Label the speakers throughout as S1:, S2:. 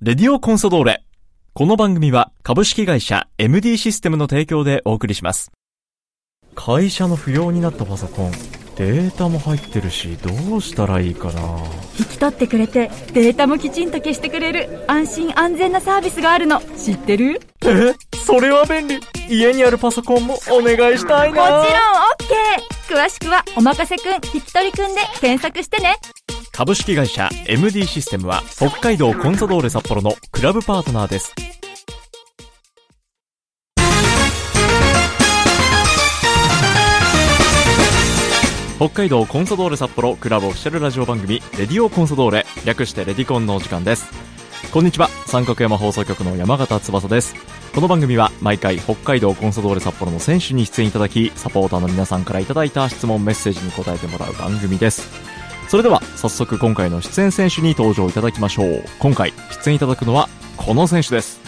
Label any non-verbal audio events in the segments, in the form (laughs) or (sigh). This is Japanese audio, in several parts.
S1: レディオコンソドーレ。この番組は株式会社 MD システムの提供でお送りします。会社の不要になったパソコン、データも入ってるし、どうしたらいいかな
S2: 引き取ってくれてデータもきちんと消してくれる安心安全なサービスがあるの知ってるもち
S1: えそれは便利家にあるパソコンもお願いしたい
S2: ろん OK 詳しくは「おまかせくん引き取りくん」で検索してね
S1: 株式会社 MD システムは北海道コンサドーレ札幌のクラブパートナーです。北海道コンサドーレ札幌クラブオフィシャルラジオ番組レディオコンサドーレ略してレディコンのお時間です。こんにちは。三角山放送局の山形翼です。この番組は毎回北海道コンサドーレ札幌の選手に出演いただき、サポーターの皆さんからいただいた質問メッセージに答えてもらう番組です。それでは早速今回の出演選手に登場いただきましょう今回出演いただくのはこの選手です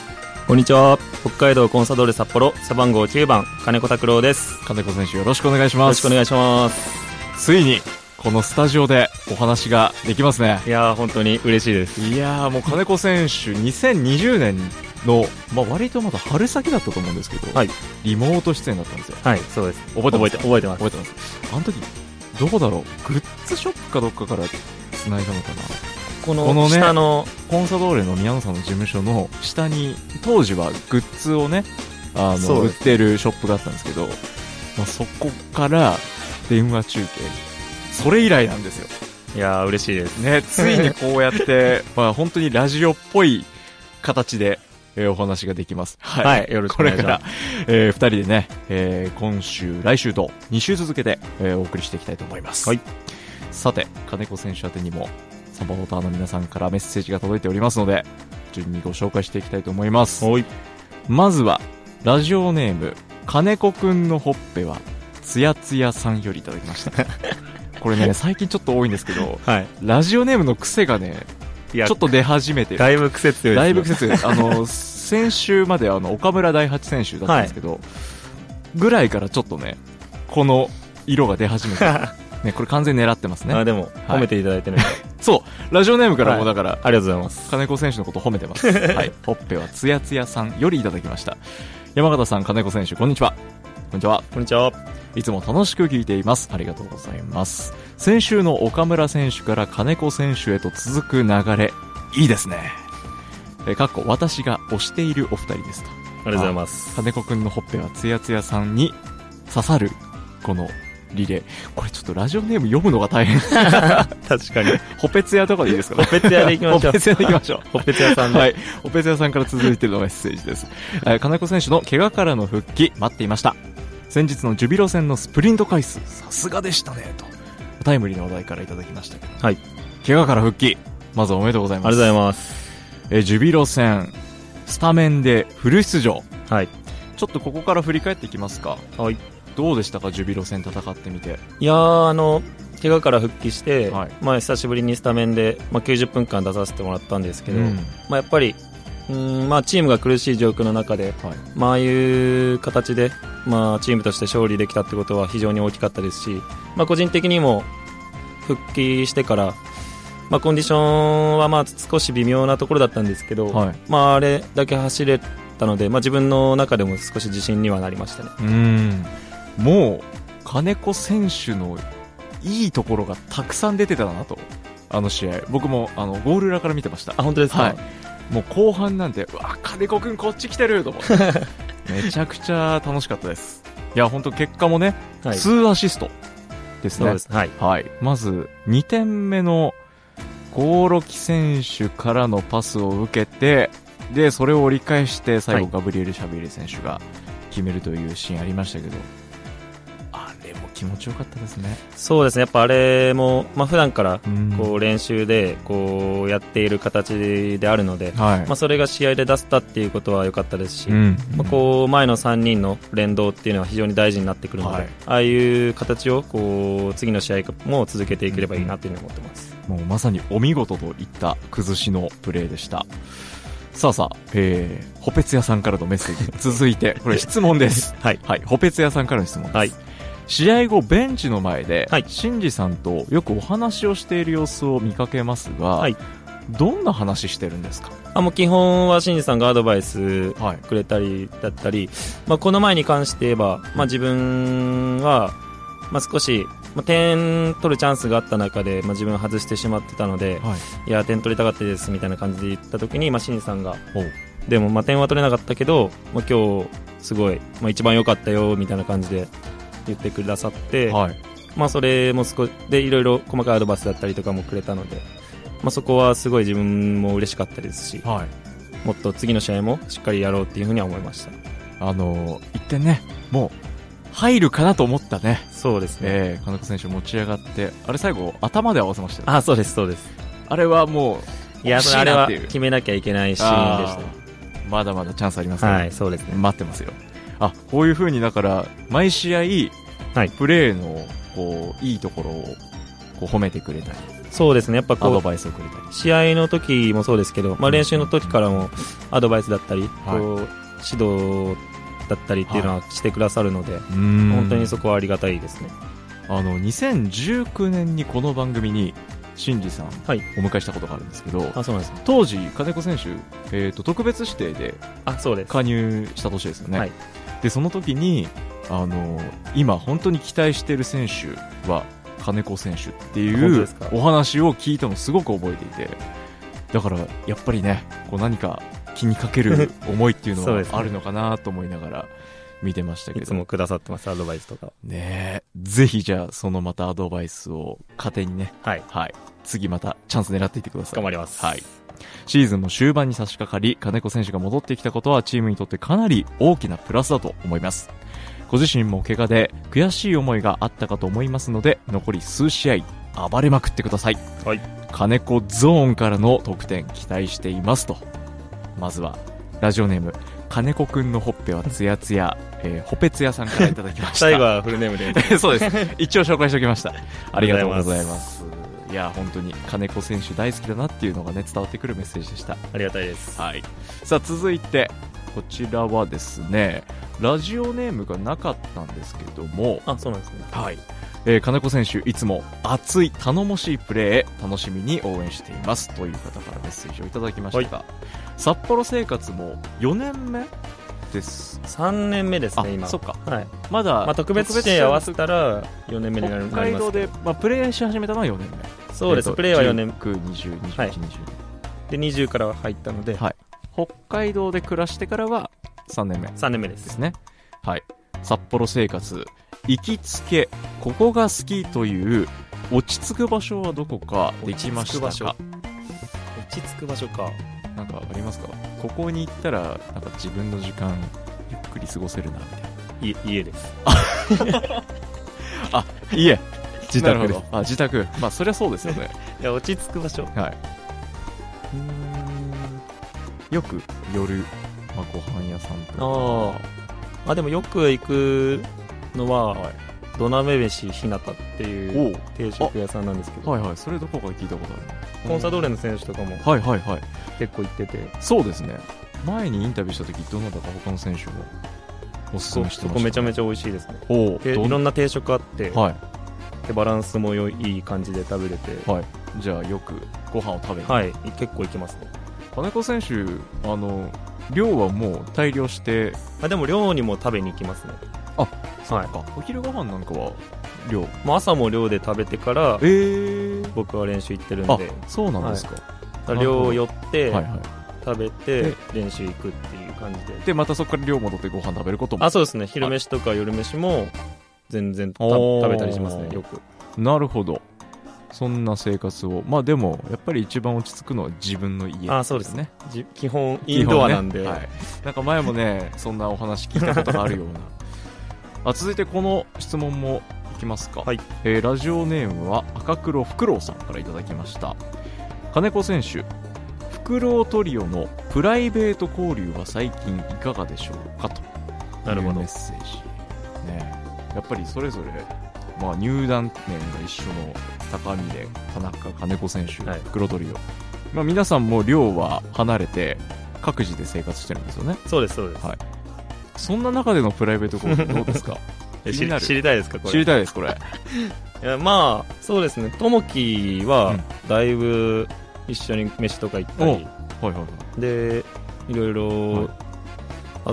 S3: こんにちは北海道コンサドーレ札幌背番号9番金子拓郎ですよ
S1: 金子選手よろしくお願いし
S3: ろ
S1: ま
S3: し
S1: す
S3: くお願いします
S1: ついにこのスタジオでお話ができますね
S3: いやー本当に嬉しいです
S1: いやーもう金子選手2020年の、まあ、割とまだ春先だったと思うんですけど、
S3: はい
S1: リモート出演だったんですよ
S3: はいそうです
S1: 覚えて
S3: 覚
S1: ま
S3: え
S1: す
S3: て
S1: か
S3: 覚えてます
S1: 覚えてますあの時どこだろうグッズショップかどっかから繋いだのかな
S3: こ
S1: この
S3: の
S1: ね
S3: 下の
S1: コンサドーレの宮野さんの事務所の下に当時はグッズをねあの
S3: そう
S1: 売っ
S3: です
S1: てるショップがあったんですけど、まあ、そこから電話中継それ以来なんですよ、
S3: いやー嬉しいです
S1: ね、ついにこうやってまあ本当にラジオっぽい形で、えーお話ができますは
S3: はいよろしく
S1: こ
S3: お願
S1: れ
S3: いし
S1: から
S3: ま、
S1: えー、2人でね、えー今週来週と2週続けて、えーお送りしていきたいと思います、
S3: はい
S1: さて金子選手宛てにもサポーターの皆さんからメッセージが届いておりますので順にご紹介していきたいと思います
S3: すはい
S1: まずはラジオネーム金子くんのほっぺはつやつやさんよりいただきましたこれね最近ちょっと多いんですけど
S3: はい
S1: ラジオネームの癖がね
S3: いや
S1: ちょっと出始めてる
S3: だいぶ癖強いですね
S1: だいぶ季節、あの、先週まであの、岡村大八選手だったんですけど、ぐらいからちょっとね、この色が出始
S3: (laughs)
S1: めて、ね、これ完全に狙ってます
S3: あ
S1: ね。
S3: でも
S1: い
S3: 褒めていただいてるん (laughs) で
S1: そう、ラジオネームから
S3: は
S1: も
S3: い
S1: だから、
S3: ありがとうございます
S1: 金子選手のこと褒めてます。はい。ほっぺはつやつやさんよりいただきました。山形さん、金子選手、こんにちは。こんにちは。
S3: こんにちはい
S1: つも楽しく聞いています。ありがとうございます。先週の岡村選手から金子選手へと続く流れ、いいですね。え、かっこ、私が推しているお二人ですと。
S3: ありがとうございます
S1: 金子くんのほっぺはつやつやさんに刺さる、このリレー。これちょっとラジオネーム読むのが大変。 (laughs)
S3: 確かに
S1: ほぺつやとかでいいですかね。
S3: ほっぺつやでいきましょ
S1: ほっ
S3: う
S1: ぺつやでいきましょう。
S3: ほっぺつ屋さんで、
S1: はい。オペツ屋さんから続いてのメッセージです。えー金子選手の怪我からの復帰、待っていました。先日のジュビロ戦のスプリント回数、さすがでしたね、と。タイムリーな話題からいただきましたけど。
S3: はい。
S1: 怪我から復帰、まずおめでとうござい
S3: あ
S1: ま
S3: りがとうご
S1: す。
S3: ざいます
S1: えージュビロ戦、スタメンでフル出場。
S3: はい
S1: ちょっとここから振り返っていきますか。
S3: はい
S1: どうでしたか、ジュビロ戦戦ってみて。
S3: いやーあの怪我から復帰して、
S1: はい
S3: まあ、久しぶりにスタメンで、まあ、90分間出させてもらったんですけど、
S1: うん
S3: まあ、やっぱりうーん、まあ、チームが苦しい状況の中で、
S1: はい
S3: まあああいう形で、まあ、チームとして勝利できたってことは非常に大きかったですし、まあ、個人的にも復帰してから、まあ、コンディションはまあ少し微妙なところだったんですけど、
S1: はい。
S3: まあ、あれだけ走れたので、まあ、自分の中でも少し自信にはなりましたね。
S1: うんもう金子選手のいいところがたくさん出てたなと、あの試合、僕もあのゴール裏から見てました、
S3: あ本当ですか、
S1: はいもう後半なんて、うわ、金子君、こっち来てると思って
S3: (laughs)
S1: めちゃくちゃ楽しかったです、いや、本当、結果もね、
S3: はい
S1: 2アシストです
S3: そう
S1: ね
S3: で、す、はい
S1: はい、まず2点目のゴーロキ選手からのパスを受けてでそれを折り返して最後、
S3: はい
S1: ガブリエル・シャビエレ選手が決めるというシーンありましたけどあれも気持ちよかったですね。
S3: そうですねやっぱあれも、まあ普段から
S1: うん
S3: こう練習でこうやっている形であるので、
S1: はい
S3: まあ、それが試合で出せたっていうことは良かったですし、
S1: うん
S3: まあ、こう前の3人の連動っていうのは非常に大事になってくるので、
S1: はい
S3: ああいう形をこう次の試合も続けていければいいなというふうに思ってます。
S1: もうまさにお見事といった崩しのプレーでした。さあさあ、えー、ほぺつ屋さんからのメッセージ。続いて、これ質問です。
S3: はい。
S1: はい、ほぺつ屋さんからの質問です。
S3: はい
S1: 試合後、ベンチの前で、
S3: はい
S1: シンジさんとよくお話をしている様子を見かけますが、
S3: はい
S1: どんな話してるんですか
S3: あもう基本は新司さんがアドバイス
S1: はい
S3: くれたりだったり、まあ、この前に関して言えば、まあ、自分は、まあ、少し、まあ、点取るチャンスがあった中で、まあ、自分外してしまってたので、
S1: はい
S3: い、や点取りたかったですみたいな感じで言った時に、まあ、新司さんが
S1: おう
S3: でも、まあ、点は取れなかったけど、まあ、今日すごい、まあ、一番良かったよみたいな感じで言ってくださって、
S1: はい
S3: まあ、それも少しでいろいろ細かいアドバイスだったりとかもくれたので、まあ、そこはすごい自分も嬉しかったですし
S1: はい
S3: もっと次の試合もしっかりやろうっていうふうには思いました
S1: あのー、一点ねもう入るかなと思ったね
S3: そうですね、
S1: えー、金子選手持ち上がってあれ最後頭で合わせましたよね
S3: あそうですそうです
S1: あれはもう
S3: いや
S1: 惜し
S3: それあれ
S1: なっ
S3: は
S1: ていう
S3: 決めなきゃいけないシーンでし
S1: あーまだまだチャンスあります
S3: た
S1: ね、
S3: はいそうですね
S1: 待ってますよあこういう風にだから毎試合、
S3: はい
S1: プレーのこういいところをこう褒めてくれたり
S3: そうですねやっぱ
S1: アド
S3: こう
S1: バイスをくれたり
S3: 試合の時もそうですけど、まあ、練習の時からもアドバイスだったり、
S1: い
S3: こう指導だったりっていうのはしてくださるので、本
S1: 本
S3: 当にそこはありがたいですね
S1: あの2019年にこの番組に新司さん
S3: はい
S1: お迎えしたことがあるんですけど、
S3: あそうなんですね
S1: 当時金子選手、えー、と特別指定で
S3: あそうです
S1: 加入した年ですよね、
S3: はい
S1: でその時にあの今本当に期待している選手は金子選手って
S3: 本当
S1: い
S3: で
S1: う
S3: すか
S1: お話を聞いたのすごく覚えていてだからやっぱりねこう何か気にかけ
S3: (laughs)
S1: る思いっていうの
S3: そうですね
S1: はあるのかなと思いながら見てましたけ
S3: い
S1: ど
S3: つもくださってますアドバイスとか
S1: ねえぜひじゃあそのまたアドバイスを糧にね
S3: はい
S1: はい次またチャンス狙っていってください
S3: 頑張ります
S1: はいシーズンも終盤に差し掛かり、金子選手が戻ってきたことはチームにとってかなり大きなプラスだと思います。ご自身も怪我で悔しい思いがあったかと思いますので、残り数試合暴れまくってください。
S3: はい
S1: 金子ゾーンからの得点期待していますと。まずは、ラジオネーム、金子くんのほっぺはつやつや、えー、ほぺつやさんからいただきました。
S3: 最後はフルネーム
S1: (laughs)
S3: で
S1: そうです。一応紹介しておきました。ありがとうござ
S3: あ
S1: い
S3: りがとうござい
S1: ま。
S3: ます
S1: いや、本当に金子選手大好きだなっていうのがね、伝わってくるメッセージでした。
S3: (laughs) ありがたいです
S1: はい、さあ続いてこちらはですねラジオネームがなかったんですけども、
S3: あそうなんですね
S1: はいえー金子選手いつも熱い頼もしいプレー楽しみに応援していますという方からメッセージをいただきましたが、札幌生活も4年目です
S3: 3年目です
S1: あ、
S3: ね今
S1: そっか
S3: はい
S1: まだ、
S3: まあ、特別指定合わせ
S1: 特
S3: たら4年目になり
S1: 別
S3: ま
S1: 北海道
S3: す
S1: で、まあ、プレーし始めたのは4年目
S3: そうです、プレーは4年
S1: 9202120、20
S3: はい
S1: 20
S3: で20から入ったので、
S1: はい北海道で暮らしてからは3年目
S3: 3年目で
S1: ですすね。はい。札幌生活、行きつけ、ここが好きという、落ち着く場所はどこかできました
S3: 落ち着く
S1: か
S3: 場落ち着く場所か
S1: なんかありますかここに行ったら、なんか自分の時間、ゆっくり過ごせるな、みたいな。
S3: い家です
S1: いえ、
S3: 自宅です
S1: なるほどあ、 (laughs) 自宅。まあ、そりゃそうです
S3: (laughs)
S1: よね。
S3: いや落ち着く場所う
S1: はい。
S3: ーん
S1: よく夜、まあ、ご飯屋さんとか。
S3: あーあでもよく行くのは、
S1: はい
S3: 土鍋飯ひなたっていう
S1: お
S3: 定食屋さんなんですけど、
S1: はいはい。それどこかで聞いたことあるの
S3: コンサドーレの選手とかも
S1: はいはいはい。
S3: 結構行ってて
S1: そうですね。前にインタビューした時どなたか他の選手もおすす
S3: そ
S1: めして
S3: そ
S1: ましたね、
S3: こめちゃめちゃ美味しいですね
S1: おう
S3: でい
S1: どん
S3: ろんな定食あって、
S1: はい
S3: でバランスも良いいい感じで食べれて
S1: はいじゃあよくご飯を食べに、
S3: はい、結構行きますね
S1: 金子選手あの量はもう大量して
S3: あでも寮にも食べに行きますね
S1: あ
S3: はい
S1: かお昼ご飯なんかは量
S3: もう朝も寮で食べてから
S1: えー、
S3: 僕は練習行ってるん
S1: あ
S3: で
S1: そうなんですか、なるほど
S3: 寮寄って
S1: はいはい
S3: 食べて
S1: で
S3: 練習行くっていう感じで
S1: でまたそこから量戻ってご飯食べることも
S3: あそうですね昼飯とか夜飯も全然た
S1: おー
S3: 食べたりしますねよく
S1: なるほどそんな生活をまあでもやっぱり一番落ち着くのは自分の家
S3: あそうです
S1: ね
S3: じ基本インドアなんで、
S1: 基本ねはい、なんか前もねそんなお話聞いたことがあるよう
S3: (laughs)
S1: なあ続いてこの質問もいきますか、
S3: はい
S1: えーラジオネームは赤黒フクロウさんからいただきました金子選手フクロウトリオのプライベート交流は最近いかがでしょうかと
S3: なるほ
S1: いう
S3: ど
S1: メッセージ、ね、やっぱりそれぞれ、まあ、入団年が一緒の高見で田中金子選手、
S3: はい
S1: 黒鳥を、まあ、皆さんも寮は離れて各自で生活してるんですよね
S3: そうですそうです、
S1: はいそんな中でのプライベート交流どうですか
S3: え
S1: 気に
S3: 知
S1: なる
S3: り知りたいですかこれ
S1: 知りたいですこれ
S3: いやまあそうですねともきはだいぶ一緒に飯とか行ったり
S1: はいはいはい
S3: でいろい
S1: は
S3: ろ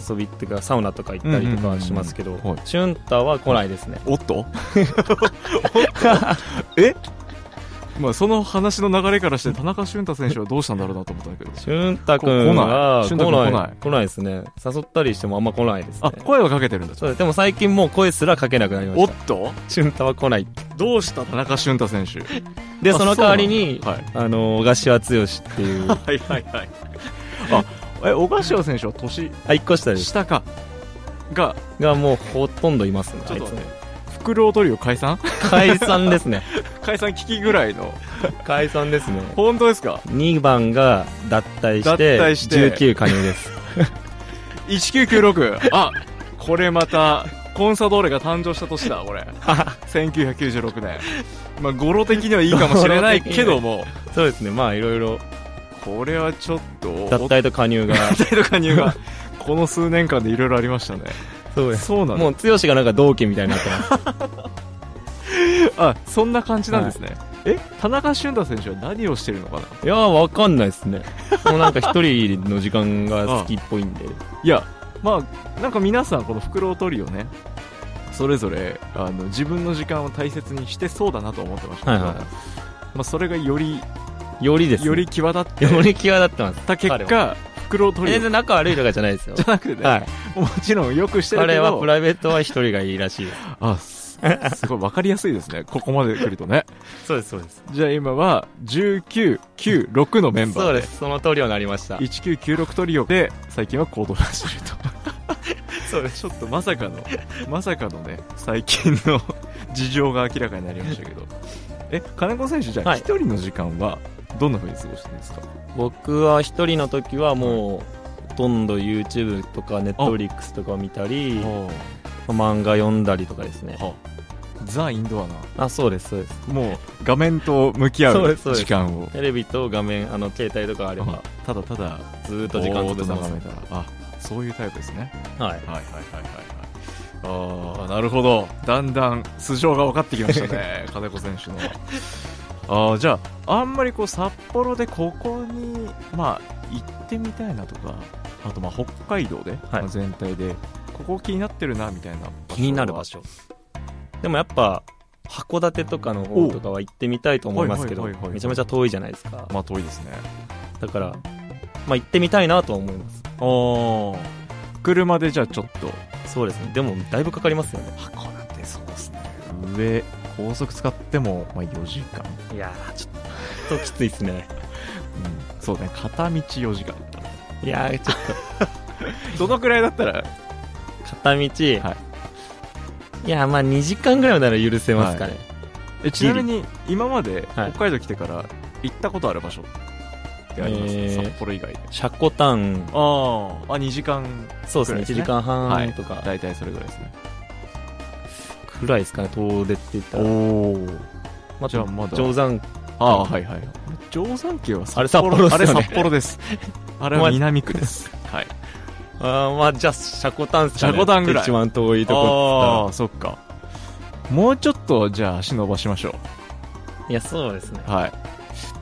S3: 遊びっていうかサウナとか行ったりとかしますけど、
S1: うんうんうんうんはい
S3: シュンタは来ないですね、
S1: おっと (laughs) おっとえまあその話の流れからして田中俊太選手はどうしたんだろうなと思ったんだけど
S3: シュンタ君は
S1: こ来ないシ
S3: 来
S1: ュンタ君来
S3: ない来
S1: な
S3: ないいですね誘ったりしてもあんま来ないですね
S1: あ声はかけてるんだ
S3: そうですでも最近もう声すらかけなくなりま
S1: お
S3: し
S1: ったと
S3: シュンタは来ない
S1: どうした田中俊太選手
S3: で
S1: あ
S3: その代わりに
S1: そうなんだ
S3: あの小柏剛っていう (laughs) あ
S1: はいはいはいあえ小柏選手は年
S3: 1個下です
S1: 下かが
S3: がもうほとんどいますね
S1: ちょっと
S3: あいつ
S1: ね
S3: ね
S1: フクロウトリオ解散
S3: 解散ですね
S1: 解散危機ぐらいの
S3: (laughs) 解散ですね
S1: 本当ですか
S3: 2番が脱退
S1: 脱
S3: して
S1: 退して
S3: 19加入です
S1: 1996あこれまたコンサドーレが誕生した年だ (laughs) これ1996年まあ語呂的にはいいかもしれないけども
S3: (laughs) そうですねまあいろいろ
S1: これはちょっと
S3: 脱退と加入が
S1: 脱退と加入がこの数年間でいろいろありましたね
S3: (laughs) そうです
S1: そうなんだ
S3: もう剛がなんか同期みたいになってます (laughs)
S1: あそんな感じなんですね、え田中俊太選手は何をしてるのかない
S3: やーわかんないですねもうなんか一人の時間が好きっぽいんで
S1: いやまあなんか皆さんこのフクロウトリオねそれぞれあの自分の時間を大切にしてそうだなと思ってましたけど、
S3: はいはい
S1: まあ、それがより
S3: よりですね
S1: より際立っ
S3: より際立ってます
S1: た結
S3: 彼は
S1: 果フクロウトリオ
S3: 全
S1: じ
S3: 然仲悪いとかじゃないですよ
S1: ゃなくて、
S3: はい
S1: もちろんよくしてるけ
S3: 彼
S1: ど
S3: はプライベートは一人がいいらしいです
S1: あすすごい分かりやすいですねここまで来るとね
S3: そうですそうです
S1: じゃあ今は1996のメンバ
S3: そう
S1: ー
S3: で
S1: です
S3: その通りになりました
S1: 1996トリオで最近は行動を出してると
S3: そうです
S1: ちょっとまさかの、まさかのね、最近の (laughs) 事情が明らかになりましたけど。え、金子選手、じゃあ
S3: はい
S1: 一人の時間は、どんな風に過ごしてるんですか、
S3: 僕は一人の時はもうほとんど YouTube とか Netflix とかを見たり漫画読んだりとかですね
S1: はザ・インドアな、
S3: あそうですそうです
S1: もう画面と向き合
S3: そう
S1: う
S3: ですそうです
S1: 時間を、
S3: テレビと画面あの携帯とかあれば
S1: ただただ、
S3: ずーっと時間
S1: ぼー
S3: を
S1: っと
S3: 潰せま
S1: 眺
S3: す
S1: めたら、あそういうタイプですね。
S3: はい
S1: はいはいはいはいはい。ああ、なるほど。だんだん素性が分かってきました
S3: (laughs)
S1: ね、金子選手の。ああ、じゃあ、あんまりこう、札幌でここに、まあ、行ってみたいなとか、あと、まあ、北海道で、まあ全体で、ここ気になってるな、みたいな。
S3: 気になる場。所でもやっぱ函館とかの方とかは行ってみたいと思いますけど
S1: はいはいはいはい
S3: めちゃめちゃ遠いじゃないですか
S1: まあ、遠いですね。
S3: だからまあ行ってみたいなとは思います
S1: ああ、車でじゃあちょっと。
S3: そうですねでもだいぶかかりますよね
S1: 函館、そうですね。上、高速使っても、まあ、4時間。
S3: いやー (laughs) ちょっときついですね
S1: うん。そうね、片道4時間。
S3: (laughs) いやーちょっと
S1: どのくらいだったら
S3: 片
S1: (laughs)
S3: 道、い、やーまあ2時間ぐらいなら許せますかね、
S1: えちなみに今まで
S3: はい
S1: 北海道来てから行ったことある場所ってあります、
S3: えー
S1: 札幌以外で
S3: シャコタン
S1: あーあ2時間
S3: そうで
S1: く
S3: すね
S1: らいです
S3: 1
S1: ね
S3: 時間
S1: は
S3: 半
S1: い
S3: とか
S1: 大体それぐらいですね
S3: くらいですかね遠出って言ったら、
S1: お
S3: まあ
S1: じゃあまだ
S3: 定山
S1: ああーはいはい定山渓は
S3: あれ札幌ですよね
S1: あれ札幌です (laughs) あれは南区です (laughs) はい
S3: あーまあじゃあシャコタンっすかね
S1: シャコタンぐらい
S3: 一番遠いと
S1: あ
S3: こ
S1: あーそっかもうちょっとじゃあ足伸ばしましょ
S3: っつったらいやそうですね
S1: うはい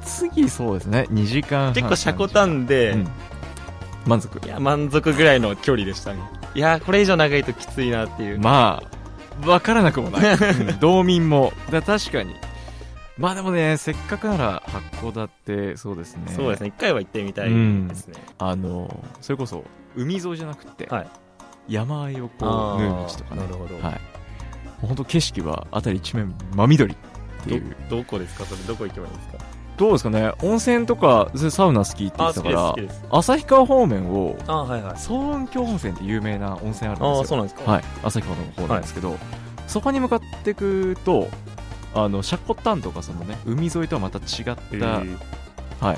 S1: 次そうですね2時間半
S3: 結構シャコタンで、
S1: うん満足
S3: いや満足ぐらいの距離でしたねいやーこれ以上長いときついなっていう、
S1: まあ、わからなくも (laughs) ない。うん道民も。だ確かに。まあでもね、せっかくなら函館、そうですね。
S3: そうです
S1: ね。
S3: ね一回は行ってみたいですね、
S1: あの、それこそ、海沿いじゃなくて、
S3: はい
S1: 山あいをこ
S3: あ
S1: う、縫
S3: ー
S1: う道とかね。
S3: なるほど
S1: はい。もう本当景色は、辺り一面真緑っていう。
S3: どどこですかそれどこ行けばいいですか
S1: どうですかね、温泉とか、それサウナ好きって言
S3: あ
S1: っ
S3: ー
S1: てた
S3: 好き
S1: か
S3: です
S1: ら
S3: 好き、です
S1: 旭川方面を、
S3: あーはいはい
S1: 早雲峡温泉って有名な温泉あるんですよ。
S3: ああそうなんですか
S1: はい、旭川の方なんですけど、そこに向かっていくとあのシャコタンとかそのね海沿いとはまた違った、
S3: えー
S1: はい、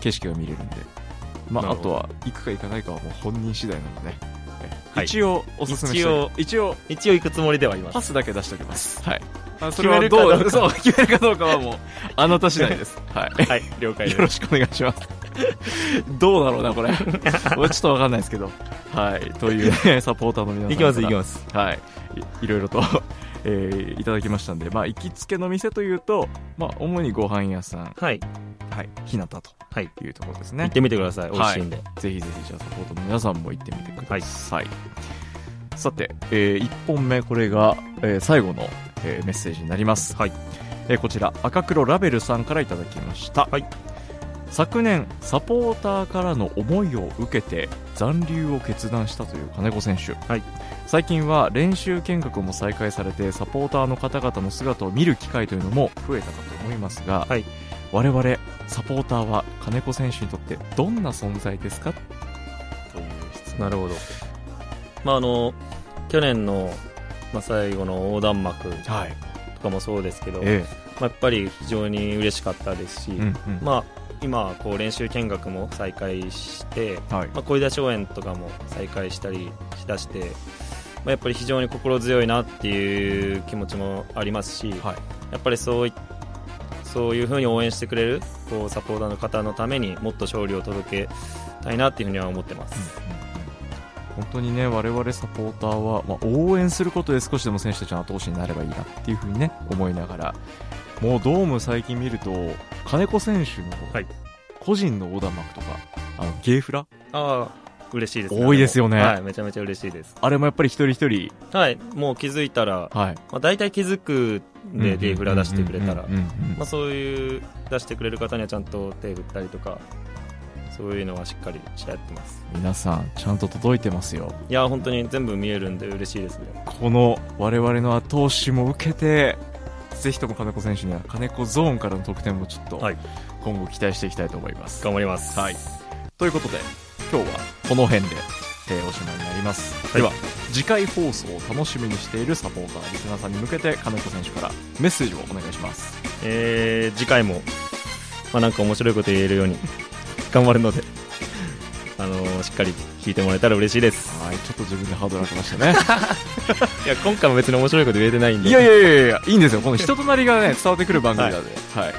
S1: 景色が見れるんで、まあ、
S3: な
S1: あ
S3: るほど
S1: とは行くか行かないかはもう本人次第なので、ね
S3: はい
S1: 一応おすすめしておき一応
S3: 一応行くつもりではいます
S1: パスだけ出しておきます、はい、あ
S3: 決めるかどうか
S1: そう決めるかどうかはもうあなた次第です、はい
S3: はい了解で
S1: よろ
S3: す
S1: しくお願いします。どうだろうな、これ。俺ちょっとわかんないですけど。はい。というね、サポーターの皆さん。
S3: 行きます行きます
S1: はい、いいろいろと、 (laughs) えーいただきましたんで、まあ、行きつけの店というと、まあ、主にご飯屋さん、
S3: はい
S1: はい、日向と
S3: はい
S1: いうところです
S3: 行
S1: ね
S3: ってみてください美味しいんで、
S1: ぜひぜひじゃあサポートの皆さんも行ってみてください、さて、え1本目これが、えー最後の、えーメッセージになります、
S3: はい
S1: えーこちら赤黒ラベルさんからいただきました、
S3: はい
S1: 昨年サポーターからの思いを受けて残留を決断したという金子選手、
S3: はい
S1: 最近は練習見学も再開されてサポーターの方々の姿を見る機会というのも増えたかと思いますが、
S3: はい
S1: 我々サポーターは金子選手にとってどんな存在ですかという質問
S3: なるほど、まあ、あの去年の、まあ、最後の横断幕と
S1: はい
S3: かもそうですけど、
S1: え
S3: まあ、やっぱり非常に嬉しかったですし、
S1: えうんうん
S3: まあ、今こう練習見学も再開して、
S1: はい
S3: まあ、小出松園とかも再開したりしだして、まあ、やっぱり非常に心強いなっていう気持ちもありますし、
S1: はい
S3: やっぱりそういそういうふうに応援してくれるこうサポーターの方のためにもっと勝利を届けたいなっていうふうには思ってます。
S1: 本当にね我々サポーターは、まあ、応援することで少しでも選手たちの後押しになればいいなっていうふうにね思いながらもうドーム最近見ると金子選手の
S3: はい
S1: 個人の横断幕とか、あのゲーフラ
S3: ああ嬉しいですね
S1: 多いですよね
S3: はい、めちゃめちゃ嬉しいです。
S1: あれもやっぱり一人一人、
S3: はい、もう気づいたら、
S1: はい、
S3: まあ、大体気づくんで、デーフラ出してくれたら
S1: うんう、んうん
S3: まあ、そういう出してくれる方にはちゃんと手振ったりとか、そういうのはしっかりしやってます。
S1: 皆さんちゃんと届いてますよ
S3: いや、本当に全部見えるんで嬉しいですね。
S1: この我々の後押しも受けてぜひとも金子選手には金子ゾーンからの得点もちょっと
S3: はい
S1: 今後期待していきたいと思います、
S3: 頑張ります。
S1: はいということで今日はこの辺で、えーおしまいになります、
S3: い
S1: では次回放送を楽しみにしているサポーターリスナーさんに向けて金子選手からメッセージをお願いします
S3: えー次回も、まあ、なんか面白いこと言えるように (laughs) 頑張るので、あのーしっかり聞いてもらえたら嬉しいです。
S1: はいちょっと自分でハードル上げましたね
S3: いや、今回も別に面白いこと言えてないん
S1: (laughs)
S3: で。
S1: いやいやいやいやいいんですよこの人となりがね伝わってくる番組なんで、はい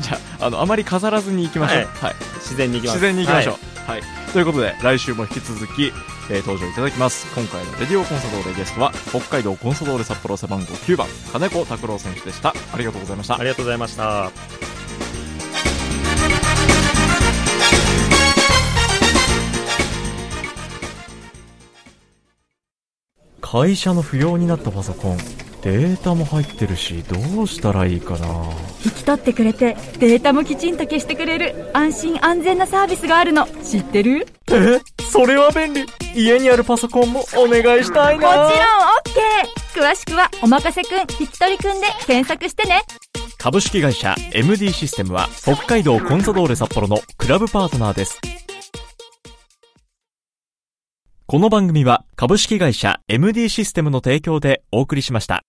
S1: じゃああのあまり飾らずにいきましょう、
S3: はい
S1: はい、
S3: 自然に行きます。
S1: 自然に行きましょう
S3: は、
S1: はいということで来週も引き続き、えー登場いただきます今回のレディオコンサドーレゲストは北海道コンサドーレ札幌背番号9番金子拓郎選手でしたありがとうございました
S3: いありがとうございました。
S1: 会社の不要になったパソコンデータも入ってるしどうしたらいいかな
S2: 引き取ってくれてデータもきちんと消してくれる安心安全なサービスがあるの知ってる
S1: えそれは便利家にあるパソコンもお願いしたい
S2: もちろん OK 詳しくは「おまかせくん引き取りくん」で検索してね
S1: 株式会社 MD システムは北海道コンサドーレ札幌のクラブパートナーですこの番組は株式会社 MD システムの提供でお送りしました